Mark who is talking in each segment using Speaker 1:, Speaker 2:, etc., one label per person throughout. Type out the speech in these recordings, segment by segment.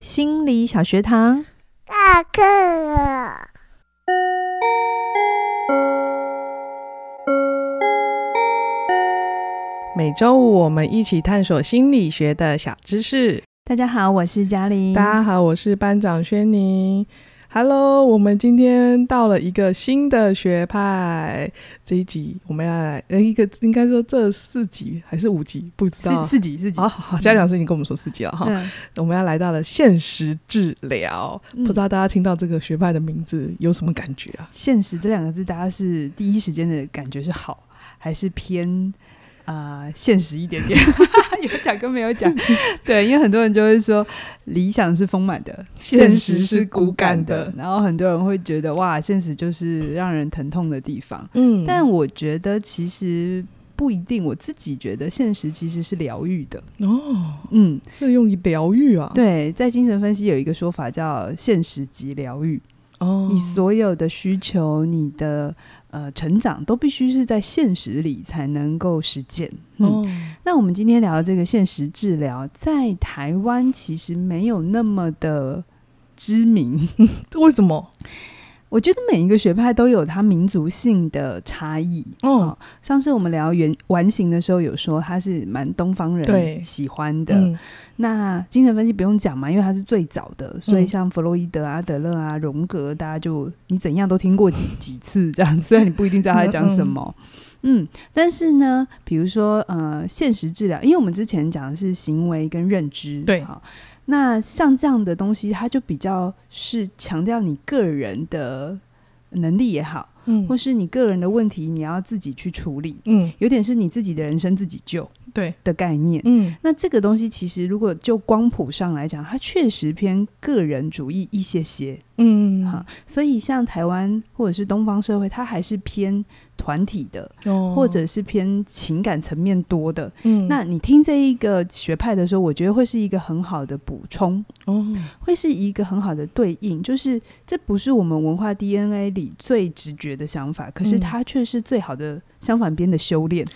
Speaker 1: 心理小学堂。
Speaker 2: 下课了。
Speaker 3: 每周五我们一起探索心理学的小知识。
Speaker 1: 大家好，我是嘉玲。
Speaker 3: 大家好，我是班长轩宁。Hello，我们今天到了一个新的学派。这一集我们要来，呃，一个应该说这四集还是五集，不知道
Speaker 1: 四。四级四级
Speaker 3: 好，好，好嘉良已经跟我们说四集了哈。
Speaker 1: 嗯
Speaker 3: 我们要来到了现实治疗，
Speaker 1: 嗯
Speaker 3: 不知道大家听到这个学派的名字有什么感觉啊？
Speaker 1: 现实这两个字，大家是第一时间的感觉是好，还是偏啊、呃现实一点 点？有讲跟没有 讲，对，因为很多人就会说理想是丰满的，
Speaker 3: 现
Speaker 1: 现
Speaker 3: 实
Speaker 1: 实
Speaker 3: 是
Speaker 1: 是
Speaker 3: 骨
Speaker 1: 骨
Speaker 3: 感
Speaker 1: 感
Speaker 3: 的
Speaker 1: 的，然后很多人会觉得哇，现实就是让人疼痛的地方。
Speaker 3: 嗯
Speaker 1: 但我觉得其实不一定，我自己觉得现实其实是疗愈的。
Speaker 3: 哦，
Speaker 1: 嗯，
Speaker 3: 这用于疗愈啊，，
Speaker 1: 对，在精神分析有一个说法叫现实级疗愈，
Speaker 3: 哦，
Speaker 1: 你所有的需求、你的呃成长都必须是在现实里才能够实践。嗯，
Speaker 3: 哦，
Speaker 1: 那我们今天聊的这个现实治疗，在台湾其实没有那么的。知名，
Speaker 3: 这为什么？
Speaker 1: 我觉得每一个学派都有它民族性的差异。
Speaker 3: 哦，
Speaker 1: 上次我们聊原完形的时候，有说它是蛮东方
Speaker 3: 对
Speaker 1: 人喜欢的，
Speaker 3: 嗯，
Speaker 1: 那精神分析不用讲嘛，因为它是最早的，所以
Speaker 3: 嗯
Speaker 1: 像弗洛伊德、阿德勒啊、荣格，大家就你怎样都听过几几次这 样，虽然你不一定知道他在讲什么。嗯，但是呢，比如说呃，现实治疗，因为我们之前讲的是行为跟认知，
Speaker 3: 对
Speaker 1: 好那像这样的东西，它就比较是强调你个人的能力也好，
Speaker 3: 嗯
Speaker 1: 或是你个人的问题，你要自己去处理，
Speaker 3: 嗯，
Speaker 1: 有点是你自己的人生自己救
Speaker 3: 对，
Speaker 1: 的概念。
Speaker 3: 嗯
Speaker 1: 那这个东西其实如果就光谱上来讲，它确实偏个人主义一些些
Speaker 3: 嗯，
Speaker 1: 哈、所以像台湾或者是东方社会，它还是偏团体的，
Speaker 3: 哦
Speaker 1: 或者是偏情感层面多的。
Speaker 3: 嗯，
Speaker 1: 那你听这一个学派的时候，我觉得会是一个很好的补充，
Speaker 3: 哦，
Speaker 1: 会是一个很好的对应，就是这不是我们文化 DNA 里最直觉的想法，可是
Speaker 3: 嗯
Speaker 1: 它却是最好的相反边的修炼。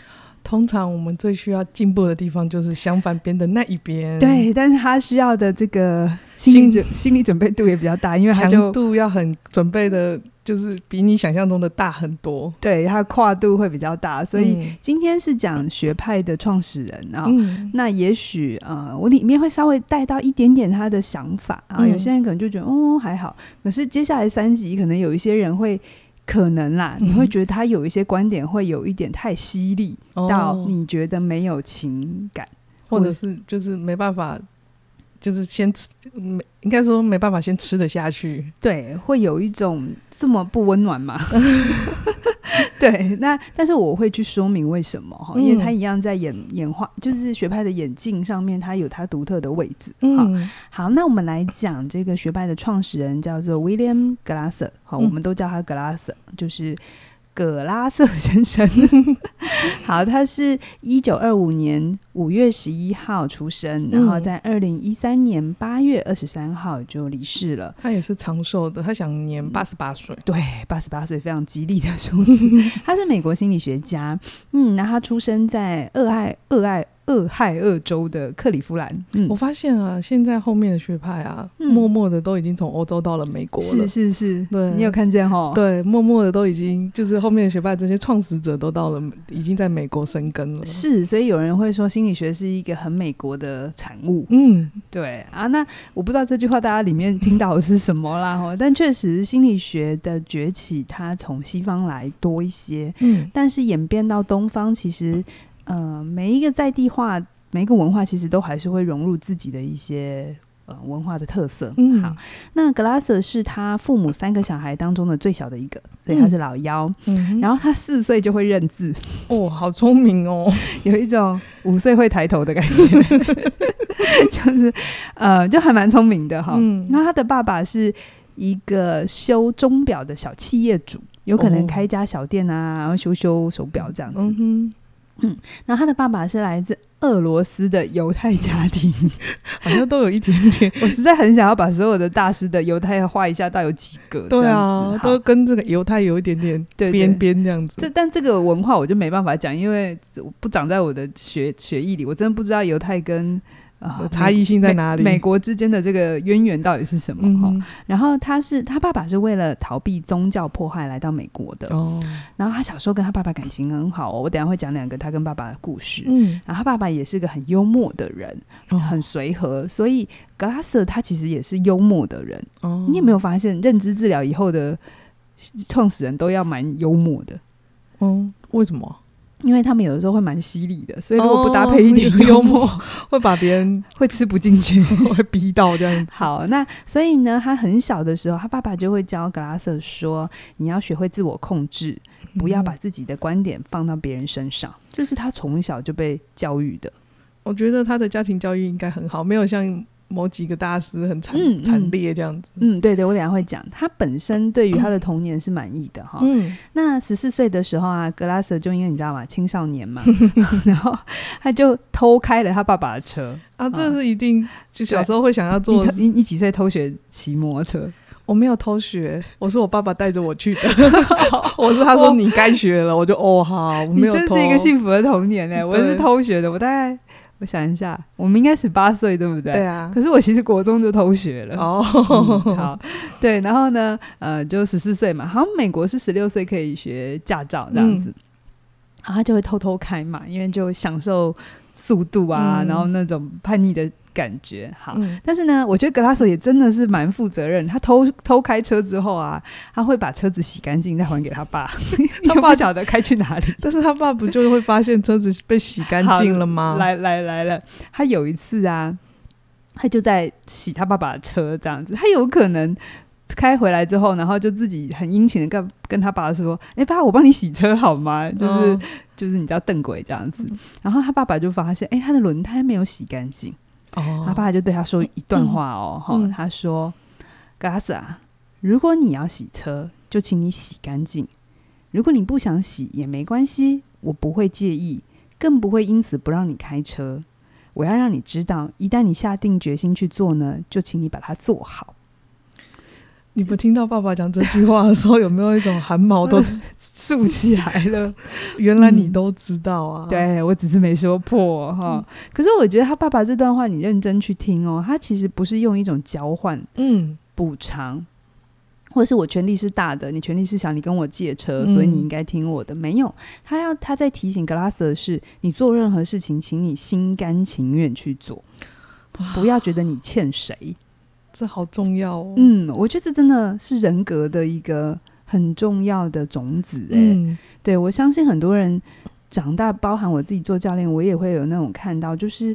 Speaker 3: 通常我们最需要进步的地方就是相反边的那一边，，
Speaker 1: 对，但是他需要的这个心理准心理准备度也比较大，因为他
Speaker 3: 强
Speaker 1: 就
Speaker 3: 度要很准备的，就是比你想象中的大很多，
Speaker 1: 对他的跨度会比较大，所以
Speaker 3: 嗯
Speaker 1: 今天是讲学派的创始人啊、
Speaker 3: 嗯
Speaker 1: 那也许呃，我里面会稍微带到一点点他的想法啊、
Speaker 3: 嗯
Speaker 1: 有些人可能就觉得哦还好，可是接下来三集可能有一些人会。可能啦，你会
Speaker 3: 嗯
Speaker 1: 觉得他有一些观点会有一点太犀利，
Speaker 3: 哦
Speaker 1: 到你觉得没有情感。
Speaker 3: 或者是就是没办法，就是先吃，没应该说没办法先吃得下去。
Speaker 1: 对，会有一种这么不温暖吗？ 对，那但是我会去说明为什么哈，因为它
Speaker 3: 嗯
Speaker 1: 一样在演演化，就是学派的眼镜上面，它有它独特的位置。好，
Speaker 3: 嗯，
Speaker 1: 好，那我们来讲这个学派的创始人叫做 William Glasser，好，我
Speaker 3: 嗯
Speaker 1: 们都叫他 Glasser，就是葛拉瑟先 生。好，他是一九二五年五月十一号出生，然后
Speaker 3: 嗯
Speaker 1: 在二零一三年八月二十三号就离世了。
Speaker 3: 他也是长寿的，他享年八十八岁。
Speaker 1: 对，八十八岁非常吉利的数 字。他是美国心理学家，嗯，那他出生在俄亥俄亥俄亥俄州的克利夫兰，嗯
Speaker 3: 我，发现啊，现在后面的学派啊，
Speaker 1: 嗯
Speaker 3: 默默的都已经从欧洲到了美国了
Speaker 1: 是。是是，
Speaker 3: 对
Speaker 1: 你有看见哈？，
Speaker 3: 对，默默的都已经就是后面的学派这些创始者都到了，已经在美国生根了。
Speaker 1: 是，所以有人会说心理学是一个很美国的产物，
Speaker 3: 嗯，
Speaker 1: 对啊。那我不知道这句话大家里面听到的是什么啦哈，但确实心理学的崛起，它从西方来多一些，
Speaker 3: 嗯
Speaker 1: 但是演变到东方，其实呃，每一个在地化，每一个文化，其实都还是会融入自己的一些呃文化的特色。
Speaker 3: 嗯，
Speaker 1: 好，，那格拉瑟是他父母三个小孩当中的最小的一个，所以他是老幺。
Speaker 3: 嗯，
Speaker 1: 然后他四岁就会认 字，
Speaker 3: 哦，好聪明哦，
Speaker 1: 有一种五岁会抬头的感 觉，就是呃，就还蛮聪明的哈。
Speaker 3: 嗯
Speaker 1: 那他的爸爸是一个修钟表的小企业主，有可能
Speaker 3: 哦
Speaker 1: 开一家小店啊，然后修修手表这样子。
Speaker 3: 嗯哼，
Speaker 1: 然后他的爸爸是来自俄罗斯的犹太家庭，
Speaker 3: 好像都有一点点，
Speaker 1: 我实在很想要把所有的大师的犹太画一下，到底有几个？
Speaker 3: 对
Speaker 1: 这样
Speaker 3: 啊
Speaker 1: 子，好
Speaker 3: 都跟这个犹太有一点点
Speaker 1: 对对
Speaker 3: 边边这样子。
Speaker 1: 这但这个文化我就没办法讲，因为我不长在我的血血液里，我真的不知道犹太跟。啊
Speaker 3: 的差异性在哪里？
Speaker 1: 美美国之间的这个渊源到底是什么？
Speaker 3: 嗯
Speaker 1: 哈、
Speaker 3: 哼
Speaker 1: 然后他是他爸爸是为了逃避宗教迫害来到美国的，
Speaker 3: 哦，
Speaker 1: 然后他小时候跟他爸爸感情很好哦，我等一下会讲两个他跟爸爸的故事。
Speaker 3: 嗯，
Speaker 1: 然后他爸爸也是个很幽默的人，
Speaker 3: 哦
Speaker 1: 很随和，所以格拉瑟他其实也是幽默的人。
Speaker 3: 哦
Speaker 1: 你有没有发现，认知治疗以后的创始人都要蛮幽默的，
Speaker 3: 哦，为什么
Speaker 1: 因为他们有的时候会蛮犀利的，所以如果
Speaker 3: 哦
Speaker 1: 不搭配一点幽
Speaker 3: 幽
Speaker 1: 默，
Speaker 3: 会把别人
Speaker 1: 会吃不进去。
Speaker 3: 会逼到这样子？
Speaker 1: 好，那所以呢，他很小的时候，他爸爸就会教格拉瑟说：“你要学会自我控制，
Speaker 3: 嗯
Speaker 1: 不要把自己的观点放到别人身上。这是他从小就被教育的。
Speaker 3: 我觉得他的家庭教育应该很好，没有像某几个大师很惨
Speaker 1: 嗯嗯
Speaker 3: 惨烈这样子。
Speaker 1: 嗯，对对，我等一下会讲。他本身对于他的童年是满意的哈。
Speaker 3: 嗯，
Speaker 1: 那十四岁的时候啊，格拉瑟就因为你知道吗，青少 年嘛， 然后他就偷开了他爸爸的车。
Speaker 3: 啊，这是一定，就小时候会想要
Speaker 1: 你
Speaker 3: 做
Speaker 1: 偷。你你几岁偷学骑摩托车？
Speaker 3: 我没有偷学，我是我爸爸带着我 去的。我是他说你该学了，我就哦好，我
Speaker 1: 你
Speaker 3: 没有
Speaker 1: 真
Speaker 3: 偷。
Speaker 1: 是一个幸福的童年哎、我是
Speaker 3: 对
Speaker 1: 偷学的，我大概我想一下，我们应该十八岁对不对？
Speaker 3: 对啊。
Speaker 1: 可是我其实国中就偷学了。
Speaker 3: 哦，
Speaker 1: 嗯好，对，然后呢，呃，就十四岁嘛，好像美国是十六岁可以学驾照这样子，然后他就会偷偷开嘛，因为就享受速度啊，
Speaker 3: 嗯
Speaker 1: 然后那种叛逆的感觉。好，
Speaker 3: 嗯
Speaker 1: 但是呢，我觉得格拉瑟也真的是蛮负责任，他偷偷开车之后啊，他会把车子洗干净再还给他爸，他爸晓得开去哪里。
Speaker 3: 但是他爸不就会发现车子被洗干净了吗？
Speaker 1: 来来来了，他有一次啊，他就在洗他爸爸的车，这样子，他有可能。开回来之后，然后就自己很殷勤的跟跟他爸说：“哎、爸，我帮你洗车好吗？”就是、
Speaker 3: 哦
Speaker 1: 就是你知道邓鬼这样子。然后他爸爸就发现，哎、他的轮胎没有洗干净。
Speaker 3: 哦，
Speaker 1: 他爸就对他说一段话哦，哈、
Speaker 3: 嗯
Speaker 1: 他说：“格拉斯啊，如果你要洗车，就请你洗干净；如果你不想洗也没关系，我不会介意，更不会因此不让你开车。我要让你知道，一旦你下定决心去做呢，就请你把它做好。
Speaker 3: 你不听到爸爸讲这句话的时候，有没有一种汗毛哦
Speaker 1: 嗯
Speaker 3: 都
Speaker 1: 竖起来 了，
Speaker 3: 原来你都知道啊？，
Speaker 1: 对我只是没说破哈。
Speaker 3: 嗯
Speaker 1: 可是我觉得他爸爸这段话，你认真去听哦，他其实不是用一种交换
Speaker 3: 嗯，
Speaker 1: 补偿，或者是我权力是大的，你权力是小，你跟我借车，
Speaker 3: 嗯
Speaker 1: 所以你应该听我的。没有，他要他在提醒格拉斯的是，你做任何事情，请你心甘情愿去做，
Speaker 3: 啊
Speaker 1: 不要觉得你欠谁。
Speaker 3: 这好重要哦。
Speaker 1: 嗯，我觉得这真的是人格的一个很重要的种子、欸。
Speaker 3: 嗯
Speaker 1: 对我相信很多人长大，包含我自己做教练，我也会有那种看到，就是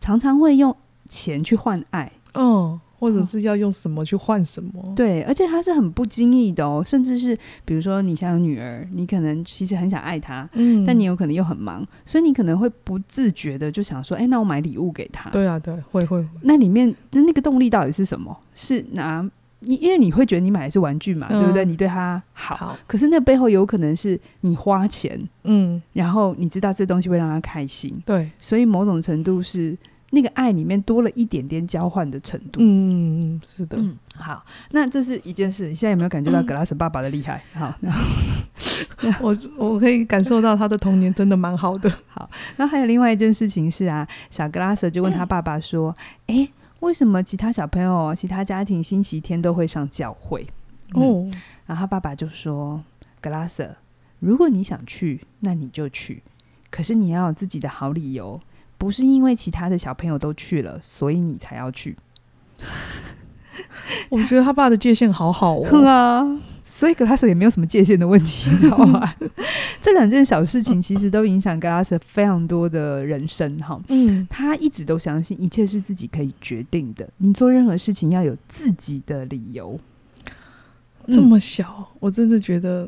Speaker 1: 常常会用钱去换爱。
Speaker 3: 嗯，或者是要用什么去换什么？
Speaker 1: 对，而且他是很不经意的哦，甚至是比如说你像有女儿，你可能其实很想爱她，
Speaker 3: 嗯，
Speaker 1: 但你有可能又很忙，所以你可能会不自觉的就想说，哎，那我买礼物给她。，
Speaker 3: 对啊，对，会会会，
Speaker 1: 那里面那那个动力到底是什么？是拿你，因为你会觉得你买的是玩具嘛，对不对？
Speaker 3: 嗯
Speaker 1: 你对她好，
Speaker 3: 好，
Speaker 1: 可是那背后有可能是你花钱，
Speaker 3: 嗯，
Speaker 1: 然后你知道这东西会让她开心，
Speaker 3: 对，
Speaker 1: 所以某种程度是那个爱里面多了一点点交换的程度。
Speaker 3: 嗯，嗯是的，嗯
Speaker 1: 嗯，好，那这是一件事。你现在有没有感觉到格拉斯爸爸的厉害？好，然后
Speaker 3: 我我可以感受到他的童年真的蛮 好的。
Speaker 1: 然后还有另外一件事情是啊，小格拉斯就问
Speaker 3: 嗯
Speaker 1: 他爸爸说：“诶，为什么其他小朋友、其他家庭星期天都会上教会？”嗯，
Speaker 3: 哦，
Speaker 1: 然后他爸爸就说：“格拉斯，如果你想去，那你就去，可是你要有自己的好理由，不是因为其他的小朋友都去了，所以你才要去。”
Speaker 3: 我觉得他爸的界限好好
Speaker 1: 哼
Speaker 3: 哦。
Speaker 1: 啊，所以格拉斯也没有什么界限的问题，你知道 吗？这两件小事情其实都影响格拉斯非常多的人生哈。
Speaker 3: 嗯，
Speaker 1: 他一直都相信一切是自己可以决定的，你做任何事情要有自己的理由。嗯
Speaker 3: 这么小，我真的觉得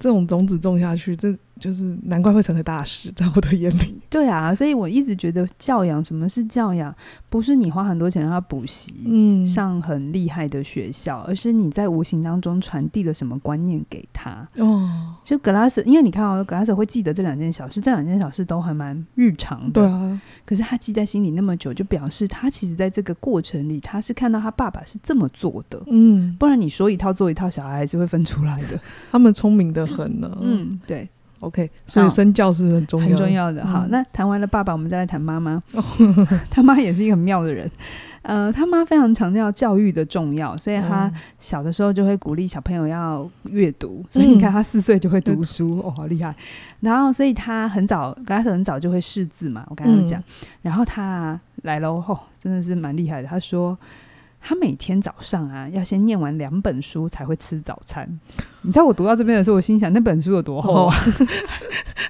Speaker 3: 这种种子种下去，这就是难怪会成为大师，在我的眼里
Speaker 1: 嗯。对啊，所以我一直觉得教养，什么是教养？不是你花很多钱让他补习。
Speaker 3: 嗯，
Speaker 1: 上很厉害的学校，而是你在无形当中传递了什么观念给他。
Speaker 3: 哦，
Speaker 1: 就格拉斯，因为你看哦，格拉斯会记得这两件小事，这两件小事都还蛮日常的。
Speaker 3: 对啊，
Speaker 1: 可是他记在心里那么久，就表示他其实在这个过程里，他是看到他爸爸是这么做的，
Speaker 3: 嗯，
Speaker 1: 不然你说一套做一套，小孩还是会分出来的。
Speaker 3: 他们聪明的很呢。，
Speaker 1: 嗯，对。
Speaker 3: OK，所以
Speaker 1: 嗯
Speaker 3: 身教是很重要，
Speaker 1: 很重。要的。好，
Speaker 3: 嗯哦
Speaker 1: 那谈完了爸爸，我们再来谈妈妈。 他妈也是一个很妙的人，呃，他妈非常强调教育的重要，所以他小的时候就会鼓励小朋友要阅读。所以你看，他四岁就会读书，哦，好厉害。然后，所以他很早，格拉斯很早就会识字嘛，我刚刚有讲。然后他来喽，吼、真的是蛮厉害的。他说。他每天早上啊，要先念完两本书才会吃早餐。你知道我读到这边的时候，我心想那本书有多厚啊？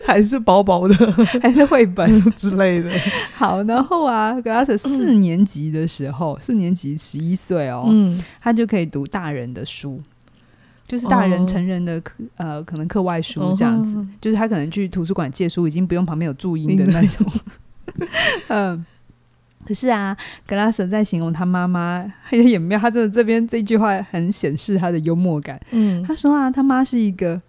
Speaker 3: 还是薄薄的
Speaker 1: 还是绘本？
Speaker 3: 之类的。
Speaker 1: 好，然后啊，Glass 四年级的时候，四年级十一岁哦，
Speaker 3: 嗯，
Speaker 1: 他就可以读大人的书，就是大人
Speaker 3: 哦
Speaker 1: 成人的课、呃，可能课外书这样子，
Speaker 3: 哦
Speaker 1: 就是他可能去图书馆借书，已经不用旁边有注音的
Speaker 3: 明白
Speaker 1: 那 种。嗯，可是啊，Glass 在形容他妈妈，也也没有，他真的这边这句话很显示他的幽默感。
Speaker 3: 嗯
Speaker 1: 他说啊，他妈是一个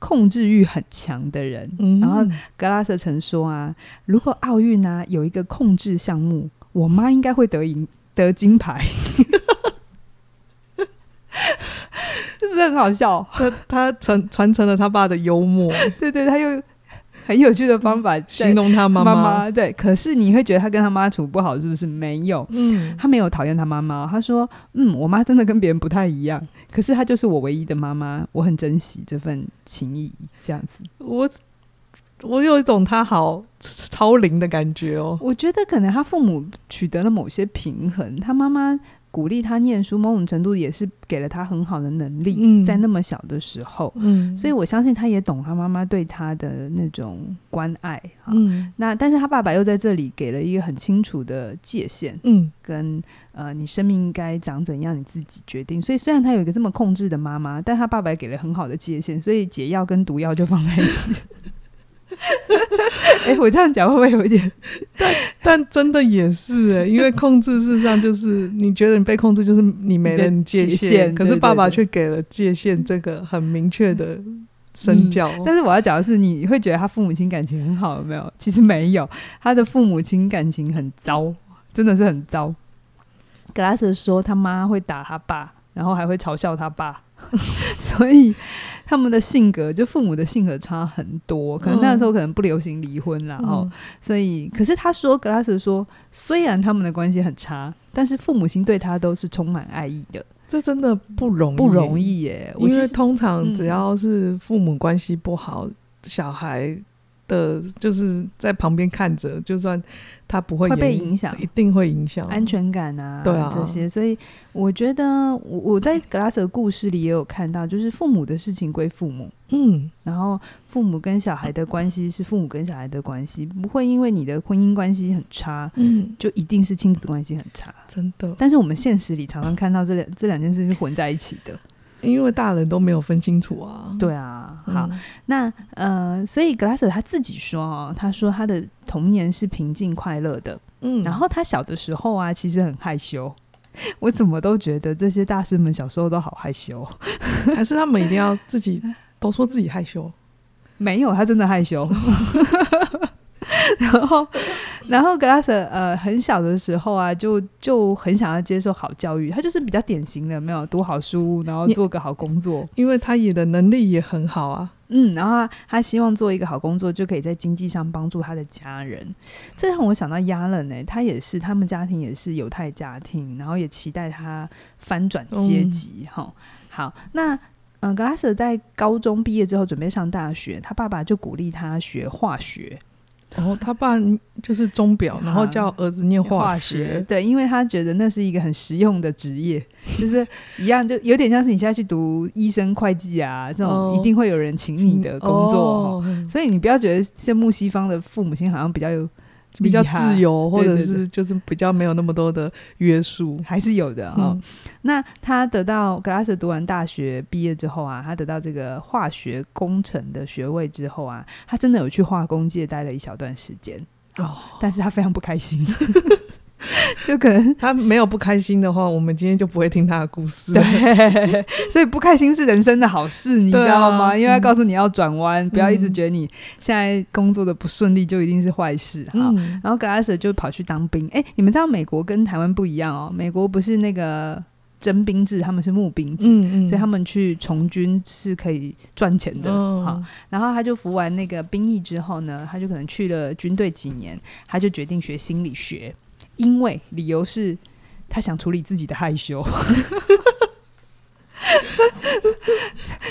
Speaker 1: 控制欲很强的人，
Speaker 3: 嗯
Speaker 1: 然后格拉斯曾说啊，如果奥运啊有一个控制项目，我妈应该会得银得金牌， 是不是很好笑？
Speaker 3: 他他传传承了他爸的幽默，
Speaker 1: 对对，他用很有趣的方法
Speaker 3: 嗯形
Speaker 1: 容
Speaker 3: 容他妈
Speaker 1: 妈妈。对，可是你会觉得他跟他妈处不好，是不是？没有。
Speaker 3: 嗯，
Speaker 1: 他没有讨厌他妈妈，他说：“嗯，我妈真的跟别人不太一样，可是她就是我唯一的妈妈，我很珍惜这份情谊。”这样子，
Speaker 3: 我我有一种他好超龄的感觉哦。
Speaker 1: 我觉得可能他父母取得了某些平衡，他妈妈鼓励他念书，某种程度也是给了他很好的能力，
Speaker 3: 嗯
Speaker 1: 在那么小的时候，
Speaker 3: 嗯
Speaker 1: 所以我相信他也懂他妈妈对他的那种关爱啊。
Speaker 3: 嗯
Speaker 1: 那但是他爸爸又在这里给了一个很清楚的界限，
Speaker 3: 嗯
Speaker 1: 跟呃，你生命应该长怎样你自己决定。所以虽然他有一个这么控制的妈妈，但他爸爸也给了很好的界限，所以解药跟毒药就放在一 起。 哎、我这样讲会不会有一点
Speaker 3: 但真的也是、 欸，因为控制事实上就是你觉得你被控制，就是你没了你界
Speaker 1: 界
Speaker 3: 限，
Speaker 1: 限
Speaker 3: 可
Speaker 1: 对
Speaker 3: 是
Speaker 1: 对
Speaker 3: 爸爸
Speaker 1: 对嗯
Speaker 3: 却给了界限这个很明确的身教。
Speaker 1: 但是我要讲的是，你会觉得他父母亲感情很好，有没有？其实没有，他的父母亲感情很糟，真的是很糟。格拉斯说他妈会打他爸，然后还会嘲笑他爸， 所以他们的性格就父母的性格差很多。可能那时候可能不流行离婚啦，哦、所以可是他说格拉斯说，虽然他们的关系很差，但是父母亲对他都是充满爱意的，
Speaker 3: 这真的不容易，
Speaker 1: 不容。易耶。我
Speaker 3: 因为
Speaker 1: 是
Speaker 3: 通常
Speaker 1: 嗯
Speaker 3: 只要是父母关系不好，小孩的就是在旁边看着，就算他不会
Speaker 1: 会被
Speaker 3: 言语
Speaker 1: 影响
Speaker 3: 一定会影响
Speaker 1: 安。全感啊，
Speaker 3: 对啊
Speaker 1: 这些，所以我觉得我我在格拉斯的故事里也有看到，就是父母的事情归父母，
Speaker 3: 嗯，
Speaker 1: 然后父母跟小孩的关系是父母跟小孩的关系，不会因为你的婚姻关系很差，
Speaker 3: 嗯，
Speaker 1: 就一定是亲子关系很差。
Speaker 3: 真的，
Speaker 1: 但是我们现实里常常看到这两这两件事是混在一起的，
Speaker 3: 嗯因为大人都没有分清楚啊。
Speaker 1: 对啊，
Speaker 3: 嗯，
Speaker 1: 好，那呃，所以格拉斯他自己说哦，他说他的童年是平静快乐的，
Speaker 3: 嗯，
Speaker 1: 然后他小的时候啊，其实很害羞。 我怎么都觉得这些大师们小时候都好害羞，
Speaker 3: 还是他们一定要自己都说自己害羞。
Speaker 1: 没有，他真的害羞。 然后，然后格拉斯呃，很小的时候啊，就就很想要接受好教育，他就是比较典型的，没有读好书，然后
Speaker 3: 你
Speaker 1: 做个好工作，
Speaker 3: 因为他也的能力也很好啊。
Speaker 1: 嗯，然后他他希望做一个好工作，就可以在经济上帮助他的家人。这让我想到亚伦呢，他也是，他们家庭也是犹太家庭，然后也期待他翻转
Speaker 3: 嗯
Speaker 1: 阶级哈、好，那嗯，格拉斯在高中毕业之后准备上大学，他爸爸就鼓励他学化学，
Speaker 3: 然后他爸就是钟表，然后叫儿子念化学。
Speaker 1: 对，因为他觉得那是一个很实用的职业，就是一样，就有点像是你现在去读医生、会计啊这种，
Speaker 3: 哦
Speaker 1: 一定会有人请你的工作。哦
Speaker 3: 哦
Speaker 1: 所以你不要觉得羡慕西方的父母亲好像比较有
Speaker 3: 比较
Speaker 1: 厉害
Speaker 3: 自，由，或
Speaker 1: 对对
Speaker 3: 者
Speaker 1: 对
Speaker 3: 是就是比较没有那么多的约束。啊
Speaker 1: 还是有的哦。
Speaker 3: 嗯
Speaker 1: 那他得到格拉斯读完大学毕业之后啊，他得到这个化学工程的学位之后啊，他真的有去化工界待了一小段时间，
Speaker 3: 哦，
Speaker 1: 但是他非常不开 心，就可能。
Speaker 3: 嗯他没有不开心的话，我们今天就不会听他的故事。
Speaker 1: 对，所以不开心是人生的好事，你
Speaker 3: 对啊
Speaker 1: 知道吗？因为他
Speaker 3: 嗯
Speaker 1: 告诉你要转弯，不要一直
Speaker 3: 嗯
Speaker 1: 觉得你现在工作的不顺利就一定是坏事哈。
Speaker 3: 嗯，
Speaker 1: 然后格拉斯就跑去当兵。哎，你们知道美国跟台湾不一样哦，美国不是那个征兵制，他们是募兵制，
Speaker 3: 嗯嗯，
Speaker 1: 所以他们去从军是可以赚钱的。
Speaker 3: 嗯
Speaker 1: 好，然后他就服完那个兵役之后呢，他就可能去了军队几年，他就决定学心理学，因为理由是他想处理自己的害羞。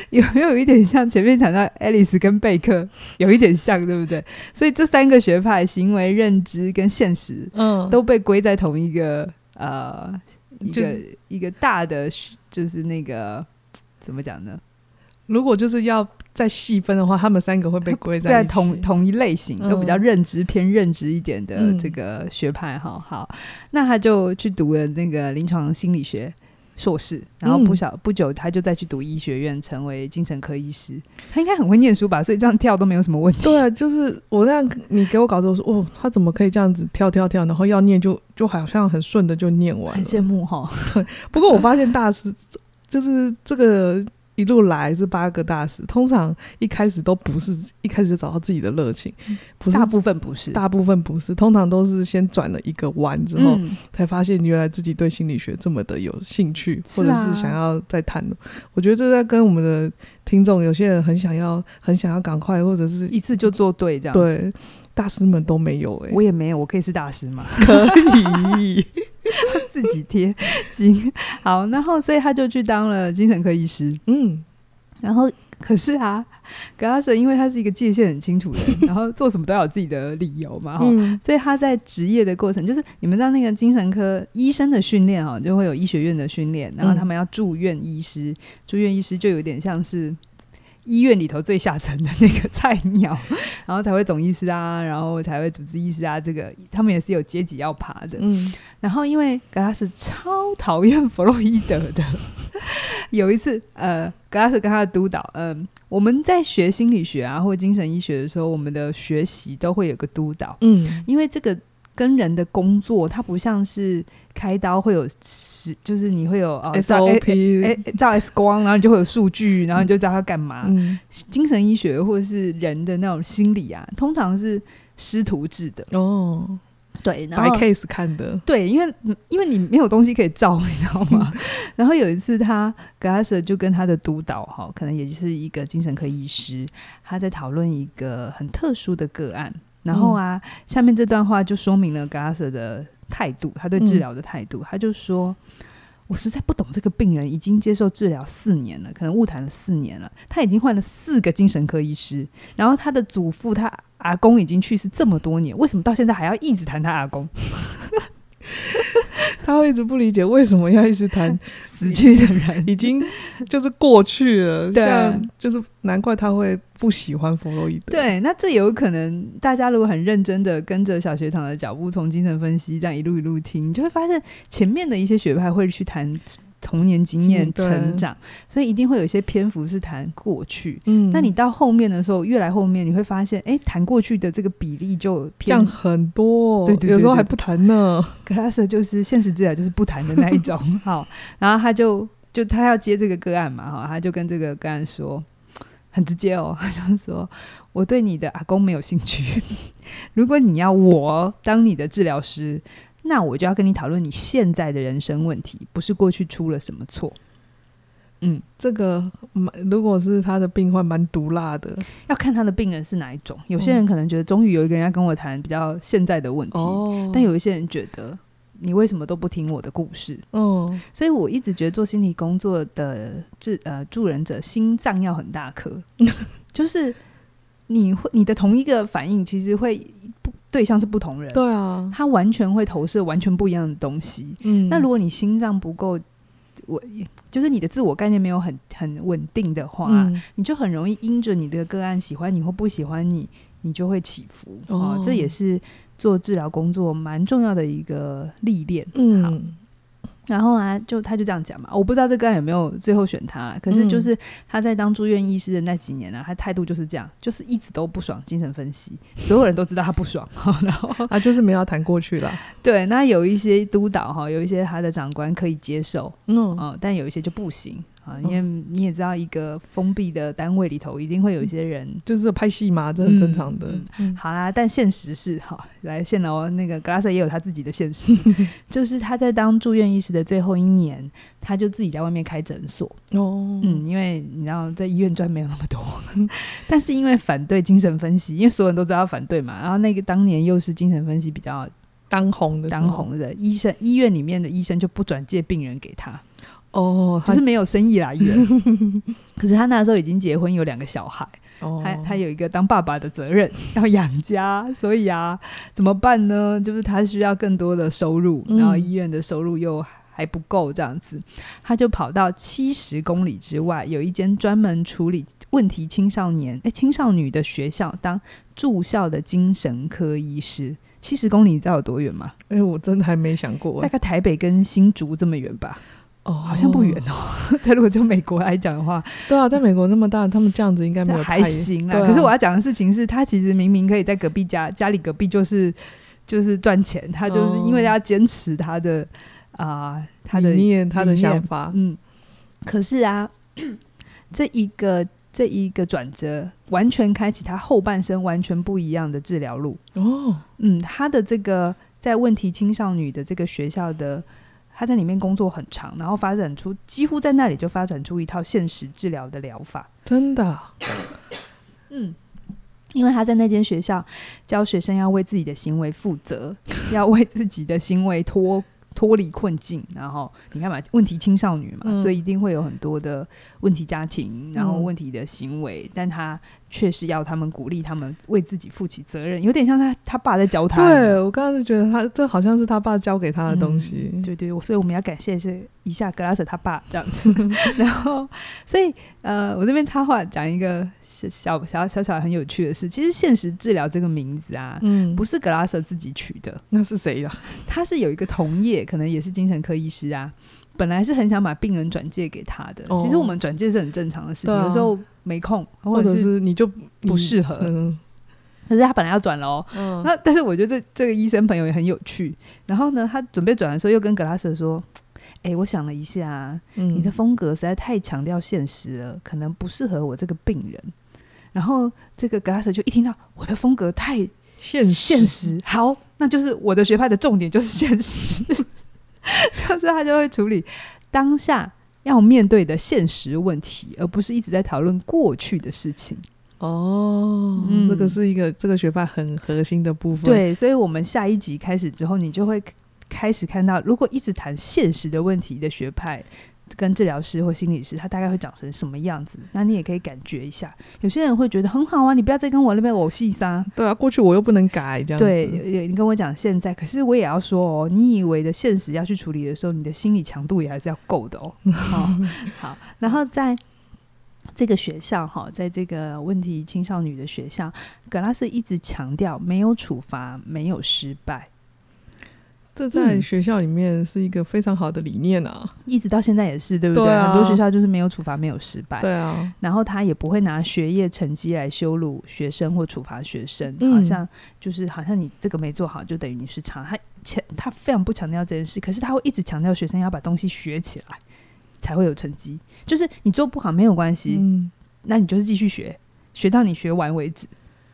Speaker 1: 有没有一点像前面谈到爱丽丝跟贝克有一点像，对不对？所以这三个学派，行为、认知跟现实，
Speaker 3: 嗯，
Speaker 1: 都被归在同一个呃一个、
Speaker 3: 就是
Speaker 1: 一个大的，就是那个怎么讲呢？
Speaker 3: 如果就是要再细分的话，他们三个会被归在
Speaker 1: 在
Speaker 3: 一起
Speaker 1: 同同一类型，都比较
Speaker 3: 嗯
Speaker 1: 认知偏认知一点的
Speaker 3: 嗯
Speaker 1: 这个学派哈、好，那他就去读了那个临床心理学硕士，然后不
Speaker 3: 嗯
Speaker 1: 小、不久他就再去读医学院，成为精神科医师。他应该很会念书吧，所以这样跳都没有什么问题。
Speaker 3: 对啊，就是我那样，你给我稿子，我说哦，他怎么可以这样子跳跳跳，然后要念就就好像很顺的就念完
Speaker 1: 很
Speaker 3: 了。
Speaker 1: 羡慕哈、
Speaker 3: 不过我发现大师就是这个一路来这八个大师，通常一开始都不是一开始就找到自己的热情，不
Speaker 1: 嗯
Speaker 3: 是
Speaker 1: 大部分不是。
Speaker 3: 大部分不是，通常都是先转了一个弯之后，
Speaker 1: 嗯，
Speaker 3: 才发现原来自己对心理学这么的有兴趣，
Speaker 1: 是
Speaker 3: 或者
Speaker 1: 啊
Speaker 3: 是想要再谈论。我觉得这在跟我们的听众，有些人很想要，很想要赶快，或者是
Speaker 1: 一次就做对这样。，
Speaker 3: 对大师们都没有哎、
Speaker 1: 我也没有，我可以是大师吗？
Speaker 3: 可以，
Speaker 1: 自己贴金。好，然后所以他就去当了精神科医师。
Speaker 3: 嗯，
Speaker 1: 然后可是啊，格拉斯因为他是一个界限很清楚的人，然后做什么都要有自己的理由嘛，哈、
Speaker 3: 嗯
Speaker 1: 所以他在职业的过程，就是你们知道那个精神科医生的训练哦，就会有医学院的训练，然后他们要住院医师，住院医师就有点像是医院里头最下层的那个菜鸟， 然后才会总医师啊，然后才会主治医师啊，这个他们也是有阶级要爬的。
Speaker 3: 嗯
Speaker 1: 然后因为格拉斯超讨厌弗洛伊德的， 有一次，呃，格拉斯跟他的督导，嗯、我们在学心理学啊或精神医学的时候，我们的学习都会有个督导，
Speaker 3: 嗯
Speaker 1: 因为这个跟人的工作，它不像是开刀会有时，就是你会有哦照 A- A-
Speaker 3: ，SOP，
Speaker 1: A- 照 X 光，然后你就会有数据，然后你就知道要干嘛。
Speaker 3: 嗯
Speaker 1: 精神医学或是人的那种心理啊，通常是师徒制的，
Speaker 3: 哦，
Speaker 1: 对，然
Speaker 3: 白
Speaker 1: 后
Speaker 3: case 看的，
Speaker 1: 对，因为嗯因为你没有东西可以照， 你知道吗？然后有一次他，格拉斯就跟他的督导哈，可能也是一个精神科医师，他在讨论一个很特殊的个案。然后啊，下面这段话就说明了格拉斯的态度，他对治
Speaker 3: 嗯
Speaker 1: 疗的态度。他就说：“我实在不懂这个病人已经接受治疗四年了，可能误谈了四年了，他已经换了四个精神科医师，然后他的祖父他。”阿公已经去世这么多年，为什么到现在还要一直谈他阿公？
Speaker 3: 他会一直不理解为什么要一直谈
Speaker 1: 死去的人
Speaker 3: 已经就是过去了，
Speaker 1: 对
Speaker 3: 像就是难怪他会不喜欢弗洛伊德。，
Speaker 1: 对，那这有可能，大家如果很认真的跟着小学堂的脚步，从精神分析这样一路一路听，你就会发现前面的一些学派会去谈童年经验、
Speaker 3: 嗯对
Speaker 1: 成长，所以一定会有一些篇幅是谈过去。
Speaker 3: 嗯，
Speaker 1: 那你到后面的时候，越来后面，你会发现，哎、谈过去的这个比例就
Speaker 3: 这
Speaker 1: 偏
Speaker 3: 样。很多哦，
Speaker 1: 对对对
Speaker 3: 有时候
Speaker 1: 对
Speaker 3: 还不谈呢。
Speaker 1: 格拉斯就是现实治疗，就是不谈的那一种。好，然后他就就他要接这个个案嘛，哈，他就跟这个个案说，很直接哦，他 就说我对你的阿公没有兴趣。 如果你要我当你的治疗师，那我就要跟你讨论你现在的人生问题，不是过去出了什么错。嗯，
Speaker 3: 这个蛮，如果是他的病患，蛮毒辣的
Speaker 1: 要看他的病人是哪一种。有些人可能觉得，终于有一个人要跟我谈比较现在的问题，
Speaker 3: 哦
Speaker 1: 但有一些人觉得，你为什么都不听我的故事？
Speaker 3: 嗯，
Speaker 1: 所以我一直觉得做心理工作的治呃助人者心脏要很大颗， 就是你会你的同一个反应其实会不对象是不同人，
Speaker 3: 对啊，
Speaker 1: 他完全会投射完全不一样的东西。
Speaker 3: 嗯，
Speaker 1: 那如果你心脏不够我就是你的自我概念没有很很稳定的话，
Speaker 3: 嗯
Speaker 1: 你就很容易因着你的个案喜欢你或不喜欢你，你就会起伏。啊
Speaker 3: 哦
Speaker 1: 这也是做治疗工作蛮重要的一个历练。好
Speaker 3: 嗯，
Speaker 1: 然后啊，就他就这样讲嘛，我不知道这个案有没有最后选他啦。可是就是他在当住院医师的那几年呢、啊，他态度就是这样，就是一直都不爽精神分析，所有人都知道他不爽。 然后
Speaker 3: 啊，就是没有要谈过去啦。
Speaker 1: 对，那有一些督导哈，有一些他的长官可以接受
Speaker 3: 嗯
Speaker 1: 哦，但有一些就不行啊、啊，因为你也知道，一个封闭的单位里头，一定会有一些人。
Speaker 3: 就是拍戏嘛，这很正常的。
Speaker 1: 嗯
Speaker 3: 嗯
Speaker 1: 好啦，但现实是，好来现楼那个格拉塞也有他自己的现实，就是他在当住院医师的最后一年，他就自己在外面开诊所。
Speaker 3: 哦，
Speaker 1: 嗯，因为你知道在医院赚没有那么多， 但是因为反对精神分析，因为所有人都知道反对嘛，然后那个当年又是精神分析比较
Speaker 3: 当红的时候
Speaker 1: 当红的医生，医院里面的医生就不转介病人给他，
Speaker 3: 哦，
Speaker 1: 就是没有生意来源。可是他那时候已经结婚，有两个小孩，
Speaker 3: 他哦
Speaker 1: 他他有一个当爸爸的责任，要养家，所以啊，怎么办呢？就是他需要更多的收入，
Speaker 3: 嗯
Speaker 1: 然后医院的收入又还不够，这样子，他就跑到七十公里之外有一间专门处理问题青少年、哎青少女的学校当住校的精神科医师。七十公里你知道有多远吗？
Speaker 3: 哎、我真的还没想过
Speaker 1: 大，概台北跟新竹这么远吧，
Speaker 3: 哦，
Speaker 1: 好像不远哦。 在如果就美国来讲的话，
Speaker 3: 对啊，在美国那么大，他们这样子应哎该没有
Speaker 1: 这
Speaker 3: 太
Speaker 1: 还行啦。
Speaker 3: 对啊
Speaker 1: 可是我要讲的事情是，他其实明明可以在隔壁家家里隔壁就是就是赚钱，他就是
Speaker 3: 哦
Speaker 1: 因为他坚持他的啊、他的
Speaker 3: 理念、他的
Speaker 1: 理念
Speaker 3: 想法，
Speaker 1: 嗯，可是啊， 这一个这一个转折完全开启他后半生完全不一样的治疗路。
Speaker 3: 哦，
Speaker 1: 嗯，他的这个在问题青少女的这个学校的，他在里面工作很长，然后发展出几乎在那里就发展出一套现实治疗的疗法。
Speaker 3: 真的啊，
Speaker 1: 嗯，因为他在那间学校教学生要为自己的行为负责， 要为自己的行为脱脱离困境。然后你看嘛，问题青少女嘛，
Speaker 3: 嗯
Speaker 1: 所以一定会有很多的问题家庭，然后
Speaker 3: 嗯
Speaker 1: 问题的行为，但他确实要他们鼓励他们为自己负起责任，有点像他他爸在教他。
Speaker 3: 对我刚刚就觉得他这好像是他爸教给他的东西，
Speaker 1: 嗯对对，所以我们要感谢是一下格拉斯他爸这样子。然后，所以呃，我这边插话讲一个小小小小小很有趣的事。其实“现实治疗”这个名字啊，
Speaker 3: 嗯，
Speaker 1: 不是格拉斯自己取的，
Speaker 3: 那是谁啊呀、
Speaker 1: 他是有一个同业，可能也是精神科医师啊，本来是很想把病人转介给他的。
Speaker 3: 哦
Speaker 1: 其实我们转介是很正常的事情，
Speaker 3: 对啊
Speaker 1: 有时候没空
Speaker 3: 或
Speaker 1: 或
Speaker 3: 者
Speaker 1: 者是。
Speaker 3: 是你就
Speaker 1: 不适合
Speaker 3: 嗯
Speaker 1: 可是他本来要转了哦，
Speaker 3: 嗯，
Speaker 1: 那但是我觉得这这个医生朋友也很有趣。然后呢，他准备转的时候，又跟格拉斯说：“哎、我想了一下啊，
Speaker 3: 嗯
Speaker 1: 你的风格实在太强调现实了，可能不适合我这个病人。然后这个 Glass 就一听到我的风格太
Speaker 3: 现实
Speaker 1: 现实，好，那就是我的学派的重点就是现实， 就是他就会处理当下要面对的现实问题，而不是一直在讨论过去的事情。
Speaker 3: 哦，
Speaker 1: 嗯
Speaker 3: 这个是一个这个学派很核心的部分，，
Speaker 1: 对，所以我们下一集开始之后，你就会开始看到，如果一直谈现实的问题的学派。跟治疗师或心理师，他大概会长成什么样子？那你也可以感觉一下。有些人会觉得很好啊，你不要再跟我那边偶戏撒。
Speaker 3: 对啊，过去我又不能改这样子，
Speaker 1: 对，也你跟我讲现在，可是我也要说哦，你以为的现实要去处理的时候，你的心理强度也还是要够的哦。 好、好，然后在这个学校哈，在这个问题青少女的学校，格拉斯一直强调没有处罚，没有失败，
Speaker 3: 这在
Speaker 1: 嗯
Speaker 3: 学校里面是一个非常好的理念啊，
Speaker 1: 一直到现在也是，对不对？
Speaker 3: 对啊
Speaker 1: 很多学校就是没有处罚，没有失败。
Speaker 3: 对啊，
Speaker 1: 然后他也不会拿学业成绩来羞辱学生或处罚学生，
Speaker 3: 嗯
Speaker 1: 好像就是好像你这个没做好，就等于你是差。他强他非常不强调这件事，可是他会一直强调学生要把东西学起来才会有成绩。就是你做不好没有关系，
Speaker 3: 嗯。
Speaker 1: 那你就是继续学，学到你学完为止。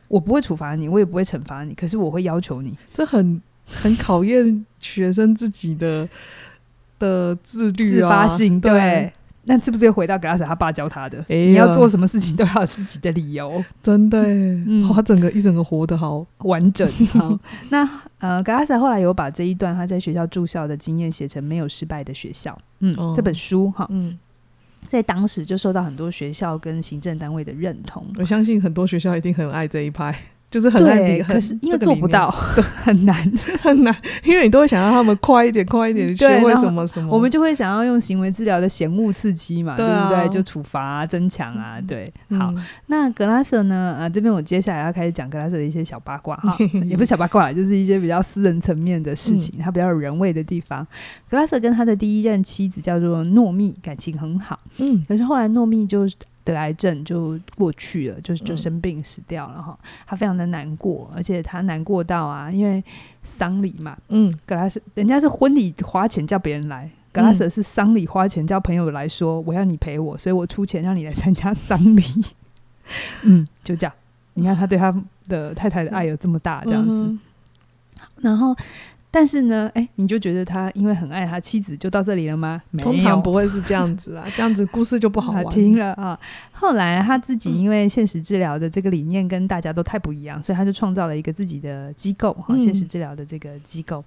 Speaker 1: 我不会处罚你，我也不会惩罚你，可是我会要求你
Speaker 3: 这很很考验学生自己的的自律
Speaker 1: 自
Speaker 3: 啊，
Speaker 1: 发性。对，，那是不是又回到格拉斯他爸教他的？
Speaker 3: 哎呀
Speaker 1: 你要做什么事情都要有自己的理由。
Speaker 3: 真的耶，
Speaker 1: 嗯
Speaker 3: 哇，他整个一整个活得好，
Speaker 1: 完 整。好，那呃，格拉斯后来有把这一段他在学校住校的经验写成《没有失败的学校》嗯，
Speaker 3: 哦
Speaker 1: 这本书哈，
Speaker 3: 嗯，
Speaker 1: 在当时就受到很多学校跟行政单位的认同。
Speaker 3: 我相信很多学校一定很爱这一派，就是很爱
Speaker 1: 对，
Speaker 3: 理，很
Speaker 1: 可是因为
Speaker 3: 这个
Speaker 1: 做
Speaker 3: 理
Speaker 1: 不
Speaker 3: 念
Speaker 1: 到，很难。
Speaker 3: 很难，因为你都会想让他们快一点，快一点
Speaker 1: 对
Speaker 3: 学会
Speaker 1: 然后
Speaker 3: 什么什么，
Speaker 1: 我们就会想要用行为治疗的嫌恶刺激嘛，
Speaker 3: 对啊
Speaker 1: 不哦对？就处罚、啊、增强啊，对。
Speaker 3: 嗯
Speaker 1: 好，，那格拉瑟呢？呃，这边我接下来要开始讲格拉瑟的一些小八卦哈，也不是小八卦，就是一些比较私人层面的事情，他比较有人味的地方。格拉瑟跟他的第一任妻子叫做诺蜜，感情很好，
Speaker 3: 嗯，
Speaker 1: 可是后来诺蜜就得癌症就过去了，就就
Speaker 3: 嗯
Speaker 1: 生病死掉了哈。他非常的难过，而且他难过到啊，因为丧礼嘛，
Speaker 3: 嗯，
Speaker 1: 格拉瑟人家是婚礼花钱叫别人来， g l
Speaker 3: 嗯
Speaker 1: a s s 是丧礼花钱叫朋友来说，我要你陪我，所以我出钱让你来参加丧礼。 嗯，就这样。你看他对他的太太的爱有这么大，这样子。
Speaker 3: 嗯
Speaker 1: 然后，但是呢，哎，你就觉得他因为很爱他妻子，就到这里了吗？没
Speaker 3: 哼
Speaker 1: 有
Speaker 3: 通常不会是这样子啦， 这样子故事就不好
Speaker 1: 好
Speaker 3: 玩。嗯
Speaker 1: 听了啊。后来他自己因为现实治疗的这个理念跟大家都太不一样，所以他就创造了一个自己的机构哈、
Speaker 3: 嗯
Speaker 1: 现实治疗的这个机构，